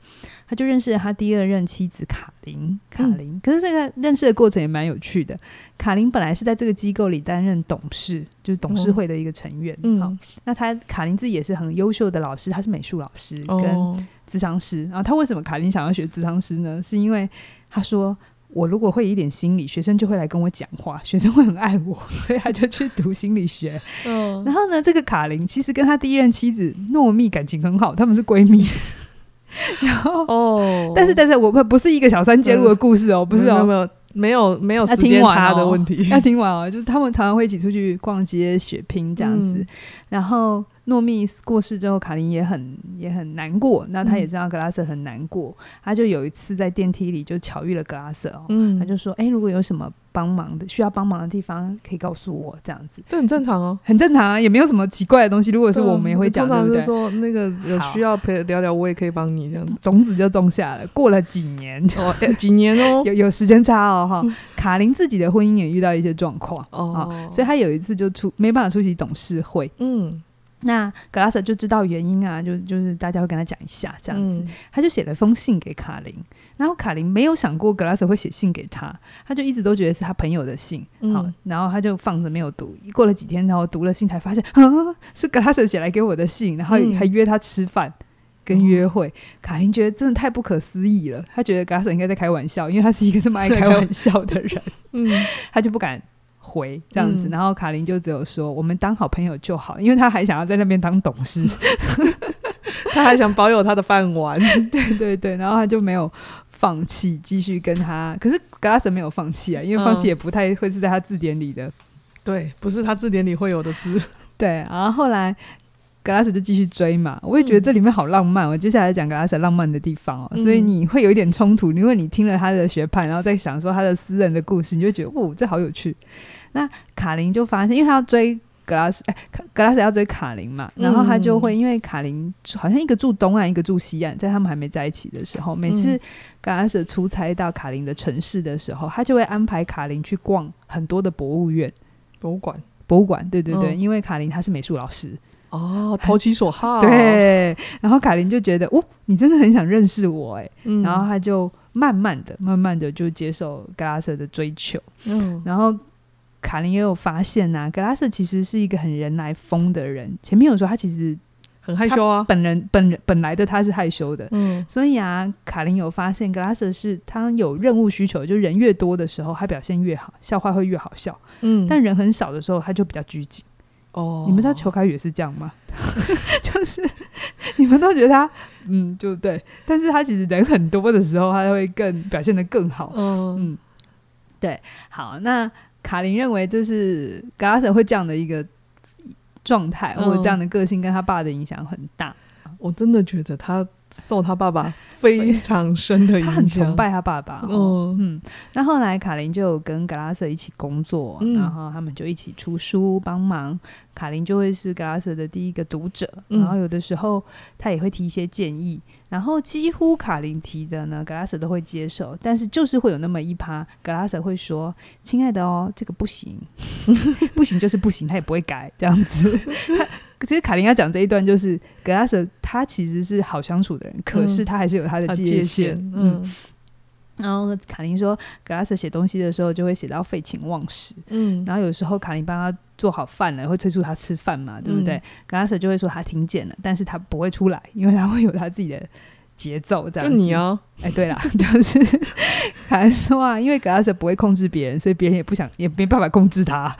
Speaker 1: 他就认识了他第二任妻子卡琳。
Speaker 3: 嗯
Speaker 1: 卡琳，可是这个认识的过程也蛮有趣的。卡琳本来是在这个机构里担任董事，就是董事会的一个成员。好、
Speaker 3: 哦嗯，
Speaker 1: 那他卡琳自己也是很优秀的老师，他是美术老师跟
Speaker 3: 哦，
Speaker 1: 咨商师。然后他为什么卡琳想要学咨商师呢？是因为他说。我如果会一点心理，学生就会来跟我讲话，学生会很爱我， 所以他就去读心理学。然
Speaker 3: 嗯，
Speaker 1: 后呢，这个卡琳其实跟他第一任妻子糯米感情很好，他们是闺蜜。 然后，
Speaker 3: 哦
Speaker 1: 但是但是我们不是一个小三介入的故事哦，不是
Speaker 3: 没有
Speaker 1: 哦
Speaker 3: 没，有没有没有
Speaker 1: 要
Speaker 3: 时
Speaker 1: 听
Speaker 3: 间
Speaker 1: 完
Speaker 3: 差
Speaker 1: 哦
Speaker 3: 的问题。
Speaker 1: 要听完哦，就是他们常常会一起出去逛街、血拼这样子。
Speaker 3: 嗯
Speaker 1: 然后诺密过世之后，卡琳也很也很难过，那
Speaker 3: 嗯
Speaker 1: 她也知道格拉瑟很难过，她就有一次在电梯里就巧遇了格拉瑟哦，
Speaker 3: 嗯，
Speaker 1: 她就说：“哎、如果有什么帮忙的需要帮忙的地方，可以告诉我。”这样子
Speaker 3: 这很正常哦。
Speaker 1: 很正常啊，也没有什么奇怪的东西。如果
Speaker 3: 可
Speaker 1: 是我们也会讲，对
Speaker 3: 通常
Speaker 1: 不
Speaker 3: 是
Speaker 1: 对？
Speaker 3: 说那个有
Speaker 1: 好
Speaker 3: 需要陪聊聊，我也可以帮你这样子。
Speaker 1: 种子就种下了，过了几年，
Speaker 3: 哦，哎几年哦，
Speaker 1: 有有时间差哦哈。
Speaker 3: 嗯
Speaker 1: 卡琳自己的婚姻也遇到一些状况。
Speaker 3: 哦，
Speaker 1: 所以她有一次就出没办法出席董事会，
Speaker 3: 嗯，
Speaker 1: 那格拉瑟就知道原因啊，就就是大家会跟他讲一下这
Speaker 3: 这
Speaker 1: 样子，他就写了封信给卡琳，然后卡琳没有想过格拉瑟会写信给他，他就一直都觉得是他朋友的信，
Speaker 3: 嗯
Speaker 1: 好，然后他就放着没有读，过了几天，然后读了信才发现，啊，是格拉瑟写来给我的信，然后
Speaker 3: 嗯
Speaker 1: 还约他吃饭。跟约会，卡琳觉得真的太不可思议了。她觉得格拉瑟应该在开玩笑，因为他是一个这么爱开玩笑的 人。
Speaker 3: 嗯，
Speaker 1: 他就不敢回这样子，
Speaker 3: 嗯
Speaker 1: 然后卡琳就只有说我们当好朋友就好，因为他还想要在那边当董事，
Speaker 3: 他还想保有他的饭碗。
Speaker 1: 对对对，然后他就没有放弃，继续跟他。可是格拉什没有放弃啊，因为放弃
Speaker 3: 嗯
Speaker 1: 也不太会是在他字典里的。
Speaker 3: 对，不是他字典里会有的字。
Speaker 1: 对，然后后来格拉什就继续追嘛，我也觉得这里面好浪漫哦。我接下来讲格拉什浪漫的地方哦，
Speaker 3: 嗯
Speaker 1: 所以你会有一点冲突，因为你听了他的学派，然后再想说他的私人的故事，你就会觉得哦，这好有趣。那卡琳就发现，因为他要追格拉斯，哎，卡格拉斯要追卡琳嘛，
Speaker 3: 嗯
Speaker 1: 然后他就会因为卡琳好像一个住东岸，一个住西岸，在他们还没在一起的时候，每次
Speaker 3: 嗯
Speaker 1: 格拉斯出差到卡琳的城市的时候，他就会安排卡琳去逛很多的博物院、
Speaker 3: 博物馆
Speaker 1: 博物馆。对对对，
Speaker 3: 嗯
Speaker 1: 因为卡琳她是美术老师，
Speaker 3: 哦，投其所好。，
Speaker 1: 对。然后卡琳就觉得，哦，你真的很想认识我哎，
Speaker 3: 嗯
Speaker 1: 然后他就慢慢的、慢慢的就接受格拉斯的追求。
Speaker 3: 嗯
Speaker 1: 然后卡琳也有发现呐、格拉瑟其实是一个很人来疯的人。前面有说他其实
Speaker 3: 很害羞啊。
Speaker 1: 本人本人本来的他是害羞的，
Speaker 3: 嗯
Speaker 1: 所以啊，卡琳有发现格拉瑟是他有任务需求，就人越多的时候他表现越好，笑话会越好笑；
Speaker 3: 嗯，
Speaker 1: 但人很少的时候他就比较拘谨。
Speaker 3: 哦，
Speaker 1: 你们知道裘凯宇也是这样吗？ 就是你们都觉得他嗯就对，但是他其实人很多的时候他会更表现得更好。
Speaker 3: 嗯
Speaker 1: 嗯，对，好，那卡琳认为这是格拉瑟会这样的一个状态，
Speaker 3: 嗯
Speaker 1: 或者这样的个性，跟他爸的影响很大。
Speaker 3: 我真的觉得他受他爸爸非常深的影
Speaker 1: 他
Speaker 3: 响，
Speaker 1: 很崇。拜他爸爸。哦、
Speaker 3: 嗯
Speaker 1: 嗯，那后来卡琳就有跟格拉瑟一起工作，
Speaker 3: 嗯
Speaker 1: 然后他们就一起出书帮忙。卡琳就会是格拉瑟的第一个读者，
Speaker 3: 嗯
Speaker 1: 然后有的时候他也会提一些建议，然后几乎卡琳提的呢，格拉瑟都会接受，但是就是会有那么一趴，格拉瑟会说：“亲爱的哦，这个不行， 不行就是不行，他也不会改 这样子。他”其实卡琳要讲这一段，就是格拉瑟他其实是好相处的人，可是他还是有他的
Speaker 3: 嗯他
Speaker 1: 界
Speaker 3: 界
Speaker 1: 限。
Speaker 3: 限，嗯
Speaker 1: 然后卡琳说，格拉瑟写东西的时候就会写到废寝忘食，
Speaker 3: 嗯，
Speaker 1: 然后有时候卡琳帮他做好饭了，会催促他吃饭嘛，对不对？
Speaker 3: 嗯
Speaker 1: 格拉瑟就会说他听见了，但是他不会出来，因为他会有他自己的节奏这
Speaker 3: 就
Speaker 1: 样。
Speaker 3: 你！啊，
Speaker 1: 哎，对啦， 就是卡琳说啊，因为格拉瑟不会控制别人，所以别人也不想，也没办法控制他。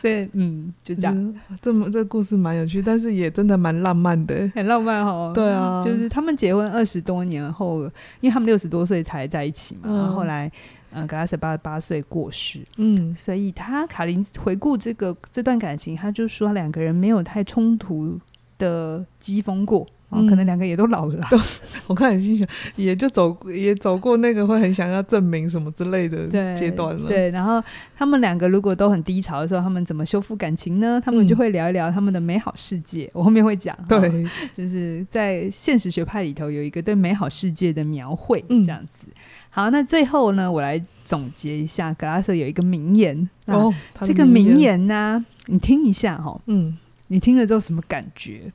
Speaker 1: 所以，嗯，就这样，
Speaker 3: 嗯这么这故事蛮有趣，但是也真的蛮浪漫的。
Speaker 1: 很浪漫哦。
Speaker 3: 对啊，
Speaker 1: 就是他们结婚二十多年后，因为他们六十多岁才在一起嘛，
Speaker 3: 嗯
Speaker 1: 然后后来，呃，格拉斯八十八岁过世，
Speaker 3: 嗯
Speaker 1: 所以他卡琳回顾这个这段感情，他就说两个人没有太冲突的激风过，哦，
Speaker 3: 嗯
Speaker 1: 可能两个也都老了啦。
Speaker 3: 我看你心想，也就走也走过那个会很想要证明什么之类的
Speaker 1: 对
Speaker 3: 阶段了。，
Speaker 1: 对，然后他们两个如果都很低潮的时候，他们怎么修复感情呢？他们就
Speaker 3: 嗯
Speaker 1: 会聊一聊他们的美好世界。我后面会讲，
Speaker 3: 对
Speaker 1: 哦，就是在现实学派里头有一个对美好世界的描绘，
Speaker 3: 嗯
Speaker 1: 这样子。好，那最后呢，我来总结一下，格拉瑟有一个名言哦，
Speaker 3: 哦，他的
Speaker 1: 这个名，言呢、你听一下哈、哦，
Speaker 3: 嗯，
Speaker 1: 你听了之后什么感觉？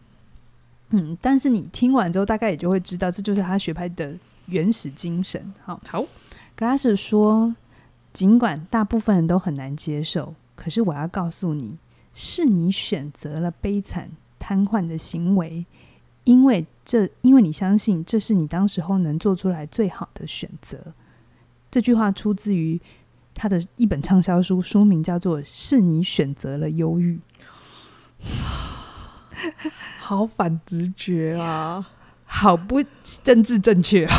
Speaker 1: 嗯，但是你听完之后，大概也就会知道，这就是他学派的原始精神。好，
Speaker 3: 好，
Speaker 1: 格拉什说：“尽管大部分人都很难接受，可是我要告诉你，是你选择了悲惨瘫痪的行为，因为这，因为你相信这是你当时候能做出来最好的选择。”这句话出自于他的一本畅销书，书名叫做《是你选择了忧郁》。
Speaker 3: 好反直觉啊，
Speaker 1: 好不政治正确、哦。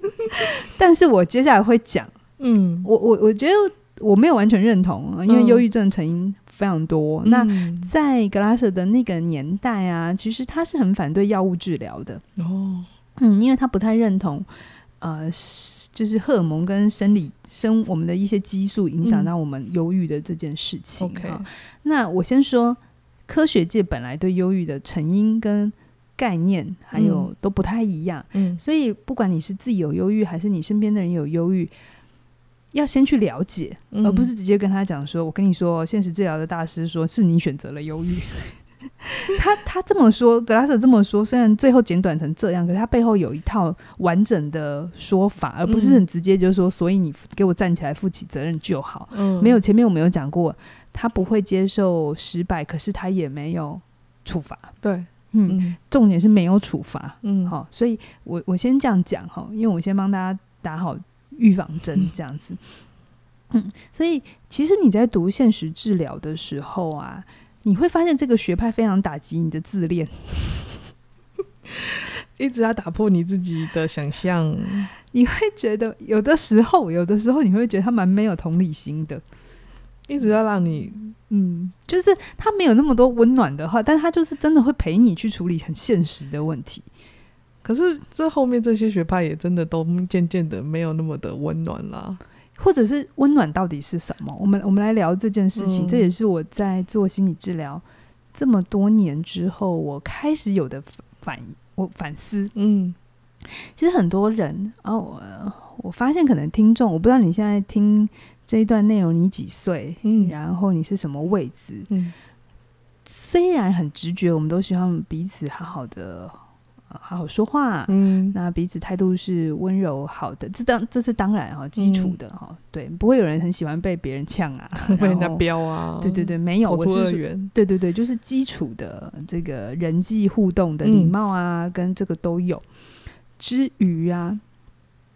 Speaker 1: 但是我接下来会讲，
Speaker 3: 嗯，
Speaker 1: 我我我觉得我没有完全认同，呃因为
Speaker 3: 嗯
Speaker 1: 忧郁症成因非常多。那
Speaker 3: 嗯
Speaker 1: 在格拉瑟的那个年代啊，其实他是很反对药物治疗的，
Speaker 3: 哦，
Speaker 1: 嗯，因为他不太认同，呃，是就是荷尔蒙跟生理生我们的一些激素影响
Speaker 3: 嗯
Speaker 1: 到我们忧郁的这件事情。
Speaker 3: OK
Speaker 1: 哈那我先说，科学界本来对忧郁的成因跟概念还有都不太一样，
Speaker 3: 嗯
Speaker 1: 所以不管你是自己有忧郁，还是你身边的人有忧郁。要先去了解，
Speaker 3: 嗯
Speaker 1: 而不是直接跟他讲说：“我跟你说，现实治疗的大师说是你选择了忧郁。 他”他这么说，格拉瑟这么说，虽然最后简短成这样，可是他背后有一套完整的说法，而不
Speaker 3: 嗯
Speaker 1: 是很直接就说：“所以你给我站起来负起责任就好。”
Speaker 3: 嗯
Speaker 1: 没有，前面我们有讲过，他不会接受失败，可是他也没有处罚。
Speaker 3: 对，
Speaker 1: 嗯，
Speaker 3: 嗯
Speaker 1: 重点是没有处罚。
Speaker 3: 嗯，
Speaker 1: 好、所以我我先这样讲哈，因为我先帮大家打好预防针，这样子。嗯，所以其实你在读现实治疗的时候啊，你会发现这个学派非常打击你的自恋。
Speaker 3: 一直要打破你自己的想象，
Speaker 1: 你会觉得有的时候，有的时候你会觉得他蛮没有同理心的，
Speaker 3: 一直要让你
Speaker 1: 嗯，就是他没有那么多温暖的话，但他就是真的会陪你去处理很现实的问题。
Speaker 3: 可是这后面这些学派也真的都渐渐的没有那么的温暖啦。
Speaker 1: 或者是温暖到底是什么？我们我们来聊这件事情，
Speaker 3: 嗯
Speaker 1: 这也是我在做心理治疗这么多年之后，我开始有的反反我反思。
Speaker 3: 嗯
Speaker 1: 其实很多人哦，我我发现可能听众，我不知道你现在听这一段内容你几岁，
Speaker 3: 嗯
Speaker 1: 然后你是什么位置。
Speaker 3: 嗯
Speaker 1: 虽然很直觉，我们都希望彼此好好的、呃好好说话，
Speaker 3: 嗯
Speaker 1: 那彼此态度是温柔好的，这当这是当然哈、基础的哈、对，不会有人很喜欢被别人呛啊，
Speaker 3: 嗯 被人家
Speaker 1: 然后
Speaker 3: 标啊，
Speaker 1: 对对，对，没有，
Speaker 3: 口
Speaker 1: 我
Speaker 3: 出
Speaker 1: 是
Speaker 3: 二
Speaker 1: 说
Speaker 3: 元，
Speaker 1: 对对对，就是基础的这个人际互动的
Speaker 3: 嗯
Speaker 1: 礼貌啊，跟这个都有。之余啊，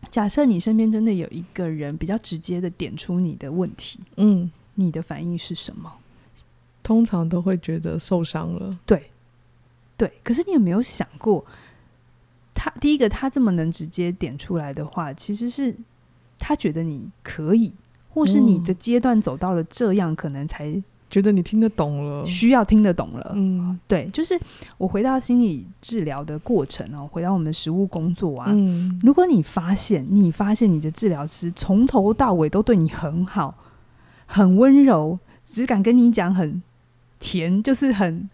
Speaker 1: 假设你身边真的有一个人比较直接的点出你的问题，
Speaker 3: 嗯，
Speaker 1: 你的反应是什么？
Speaker 3: 通常都会觉得受伤了，
Speaker 1: 对，可是你有没有想过，他第一个他这么能直接点出来的话，其实是他觉得你可以，或是你
Speaker 3: 嗯
Speaker 1: 的阶段走到了这样，可能才
Speaker 3: 觉得你听得懂了，
Speaker 1: 需要听得懂了。
Speaker 3: 哦嗯
Speaker 1: 对，就是我回到心理治疗的过程哦，回到我们的实务工作啊。
Speaker 3: 嗯，
Speaker 1: 如果你发现，你发现你的治疗师从头到尾都对你很好，很温柔，只敢跟你讲很甜，就是很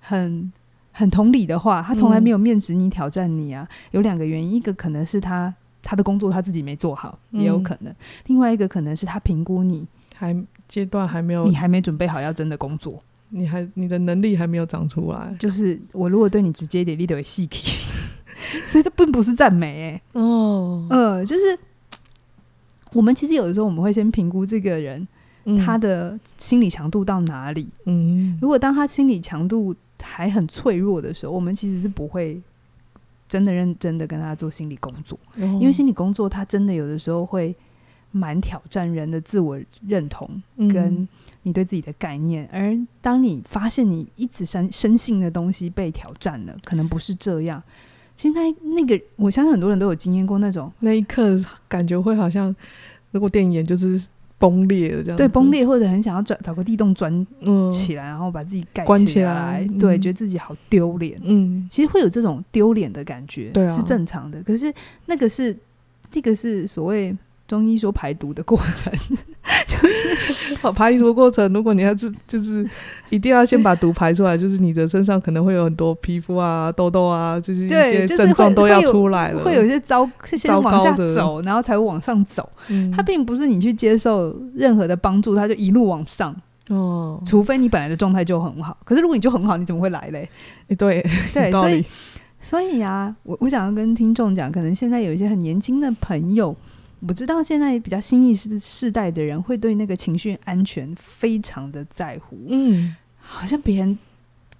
Speaker 1: 很很同理的话，他从来没有面子你、挑战你啊。有两个原因，一个可能是他他的工作他自己没做好，也有
Speaker 3: 嗯
Speaker 1: 可能；另外一个可能是他评估你，
Speaker 3: 还阶段还没有
Speaker 1: 你，还没准备好要真的工作。
Speaker 3: 你还你的能力还没有长出来，
Speaker 1: 就是我如果对你直接一点，你就会细气， 所以这并不是赞美、欸，
Speaker 3: 哦，
Speaker 1: 呃，就是我们其实有的时候我们会先评估这个人
Speaker 3: 嗯
Speaker 1: 他的心理强度到哪里。
Speaker 3: 嗯
Speaker 1: 如果当他心理强度还很脆弱的时候，我们其实是不会真的认真的跟他做心理工作，
Speaker 3: 嗯
Speaker 1: 因为心理工作它真的有的时候会蛮挑战人的自我认同
Speaker 3: 嗯
Speaker 1: 跟你对自己的概念。而当你发现你一直深深信的东西被挑战了，可能不是这样。其实那那个，我相信很多人都有经验过那种，
Speaker 3: 那一刻感觉会好像，如果电影演就是崩裂的这样，
Speaker 1: 对，崩，裂或者很想要钻找个地洞钻
Speaker 3: 嗯
Speaker 1: 起来，然后把自己盖
Speaker 3: 关
Speaker 1: 起
Speaker 3: 起
Speaker 1: 来，
Speaker 3: 来
Speaker 1: 对，
Speaker 3: 嗯
Speaker 1: 觉得自己好丢脸。哦
Speaker 3: 嗯，
Speaker 1: 其实会有这种丢脸的感觉，
Speaker 3: 对啊
Speaker 1: 是正常的。可是那个是那个是所谓中医说排毒的过程，
Speaker 3: 好，排毒过程，如果你要是就是一定要先把毒排出来，就是你的身上可能会有很多皮肤啊、痘痘啊，就是一
Speaker 1: 对
Speaker 3: 些
Speaker 1: 就是
Speaker 3: 症状
Speaker 1: 会
Speaker 3: 都
Speaker 1: 会
Speaker 3: 要
Speaker 1: 有
Speaker 3: 出来了，
Speaker 1: 会有一些糟，先
Speaker 3: 糟
Speaker 1: 往下
Speaker 3: 糕的
Speaker 1: 走，然后才会往上走。
Speaker 3: 嗯
Speaker 1: 它并不是你去接受任何的帮助，它就一路往上，
Speaker 3: 哦，
Speaker 1: 除非你本来的状态就很好。可是如果你就很好，你怎么会来嘞？
Speaker 3: 诶对，
Speaker 1: 对，
Speaker 3: 有道
Speaker 1: 所以
Speaker 3: 理，
Speaker 1: 所以啊，我我想要跟听众讲，可能现在有一些很年轻的朋友，我知道现在比较新意识世代的人会对那个情绪安全非常的在乎，
Speaker 3: 嗯，
Speaker 1: 好像别人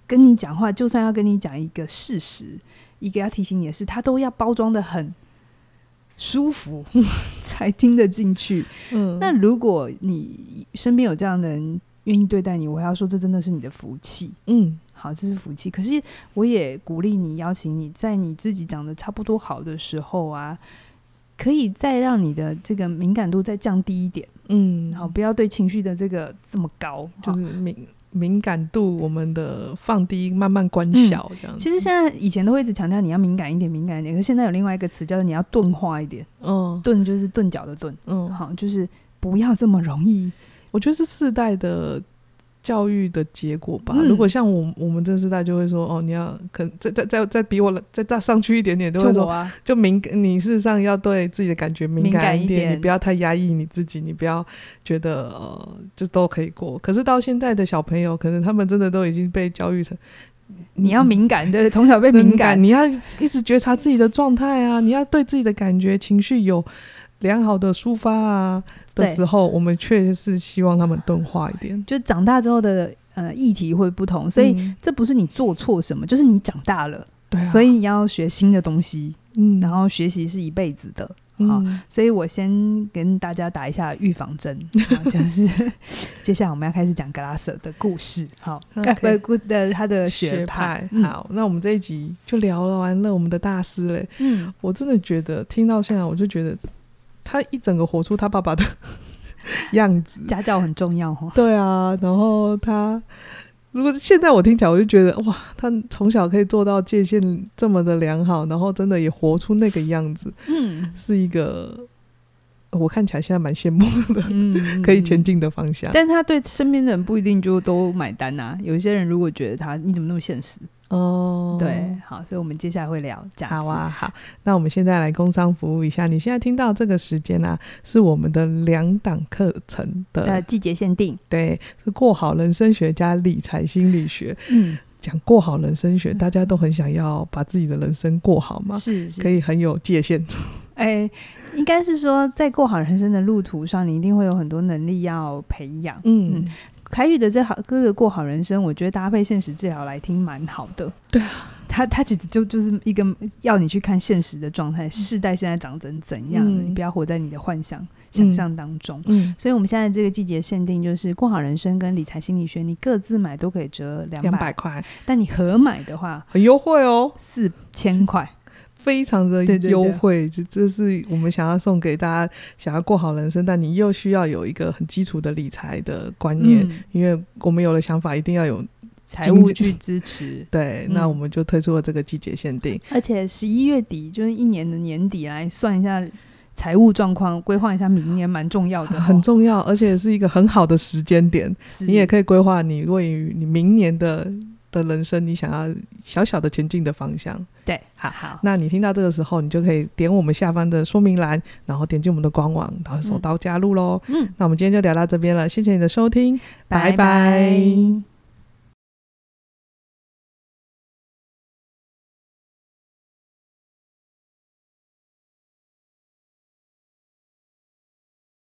Speaker 1: 跟你讲话，就算要跟你讲一个事实，一个要提醒你的事，他都要包装的很舒 服才听得进去。
Speaker 3: 嗯，
Speaker 1: 那如果你身边有这样的人愿意对待你，我还要说这真的是你的福气。
Speaker 3: 嗯
Speaker 1: 好，这是福气。可是我也鼓励你，邀请你在你自己长得差不多好的时候啊，可以再让你的这个敏感度再降低一点，
Speaker 3: 嗯，
Speaker 1: 好，不要对情绪的这个这么高。
Speaker 3: 就
Speaker 1: 好
Speaker 3: 是敏敏感度，我们的放低，慢慢关
Speaker 1: 嗯
Speaker 3: 小这样子。
Speaker 1: 其实现在以前都会一直强调你要敏感一点，敏感一点。可是现在有另外一个词叫做你要钝化一点，
Speaker 3: 嗯
Speaker 1: 钝就是钝角的钝，
Speaker 3: 嗯，
Speaker 1: 好，就是不要这么容易。
Speaker 3: 我觉得是世代的教育的结果吧。
Speaker 1: 嗯
Speaker 3: 如果像我我们这世代就会说，哦，你要可再再再再比我了再大上去一点点，都会
Speaker 1: 就我
Speaker 3: 说，
Speaker 1: 啊，
Speaker 3: 就敏感，你事实上要对自己的感觉敏
Speaker 1: 敏感
Speaker 3: 感
Speaker 1: 一
Speaker 3: 一点，
Speaker 1: 点
Speaker 3: 你不要太压抑你自己，你不要觉得呃，就都可以过。可是到现在的小朋友，可能他们真的都已经被教育成。嗯
Speaker 1: 你要敏感，对，从小被
Speaker 3: 敏
Speaker 1: 敏感，
Speaker 3: 你要一直觉察自己的状态啊，你要对自己的感觉、情绪有良好的抒发啊的
Speaker 1: 对
Speaker 3: 时候，我们确实是希望他们钝化一点。
Speaker 1: 就长大之后的呃议题会不同，所以
Speaker 3: 嗯
Speaker 1: 这不是你做错什么，就是你长大了。
Speaker 3: 对啊，
Speaker 1: 所以要学新的东西，
Speaker 3: 嗯，
Speaker 1: 然后学习是一辈子的。好
Speaker 3: 嗯，
Speaker 1: 所以我先跟大家打一下预防针， 啊、就是接下来我们要开始讲格拉瑟的故事。好，
Speaker 3: OK
Speaker 1: 呃不不的他的
Speaker 3: 学
Speaker 1: 派
Speaker 3: 派。。
Speaker 1: 嗯，
Speaker 3: 好，那我们这一集就聊了完了我们的大师嘞。
Speaker 1: 嗯，
Speaker 3: 我真的觉得听到现在，我就觉得他一整个活出他 爸爸的样子。
Speaker 1: 家教很重要哦哈。
Speaker 3: 对啊，然后他如果现在我听起来，我就觉得哇，他从小可以做到界限这么的良好，然后真的也活出那个样子，
Speaker 1: 嗯
Speaker 3: 是一个呃我看起来现在蛮羡慕的，
Speaker 1: 嗯
Speaker 3: 可以前
Speaker 1: 进。
Speaker 3: 进啊的方向。
Speaker 1: 但他对身边的人不一定就都买单呐、有一些人如果觉得他你怎么那么现实，
Speaker 3: 哦
Speaker 1: 对，好，所以我们接下来会聊这样子
Speaker 3: 好，啊，好，那我们现在来工商服务一下。你现在听到这个时间啊，是我们的两档课程
Speaker 1: 呃，
Speaker 3: 的，
Speaker 1: 季节限定，
Speaker 3: 对，是过好人生学加理财心理学。
Speaker 1: 嗯，
Speaker 3: 讲过好人生学，大家都很想要把自己的人生过好嘛，
Speaker 1: 嗯是是
Speaker 3: 可以很有界限。
Speaker 1: 哎、应该是说，在过好人生的路途上，你一定会有很多能力要培养。
Speaker 3: 嗯，
Speaker 1: 凯宇的这好哥哥过好人生，我觉得搭配现实治疗来听蛮好的。
Speaker 3: 对
Speaker 1: 啊，他他其实就就是一个要你去看现实的状态，世代现在长成怎样，
Speaker 3: 嗯
Speaker 1: 你不要活在你的幻想、想象当中。
Speaker 3: 嗯，
Speaker 1: 所以，我们现在这个季节限定就是过好人生跟理财心理学，你各自买都可以折两
Speaker 3: 两
Speaker 1: 百
Speaker 3: 百，块
Speaker 1: 但你合买的话
Speaker 3: 很优惠哦，
Speaker 1: 四千块。
Speaker 3: 非常的
Speaker 1: 对对对
Speaker 3: 优惠。这这是我们想要送给大家，想要过好人生，但你又需要有一个很基础的理财的观念，
Speaker 1: 嗯，
Speaker 3: 因为我们有了想法，一定要有
Speaker 1: 财务
Speaker 3: 经济
Speaker 1: 去支持。
Speaker 3: 对。
Speaker 1: 嗯
Speaker 3: 那我们就推出了这个季节限定，
Speaker 1: 而且十一月底就是一年的年底来算一下财务状况，规划一下明年蛮重要的哦、
Speaker 3: 很重要，而且是一个很好的时间点。
Speaker 1: 是
Speaker 3: 你也可以规划你位于你明年的的人生，你想要小小的前进的方向。
Speaker 1: 对，
Speaker 3: 好
Speaker 1: 好，
Speaker 3: 那你听到这个时候，你就可以点我们下方的说明栏，然后点击我们的官网，然后手刀加入喽。
Speaker 1: 嗯，
Speaker 3: 那我们今天就聊到这边了，谢谢你的收听，
Speaker 1: 拜
Speaker 3: 拜拜
Speaker 1: 拜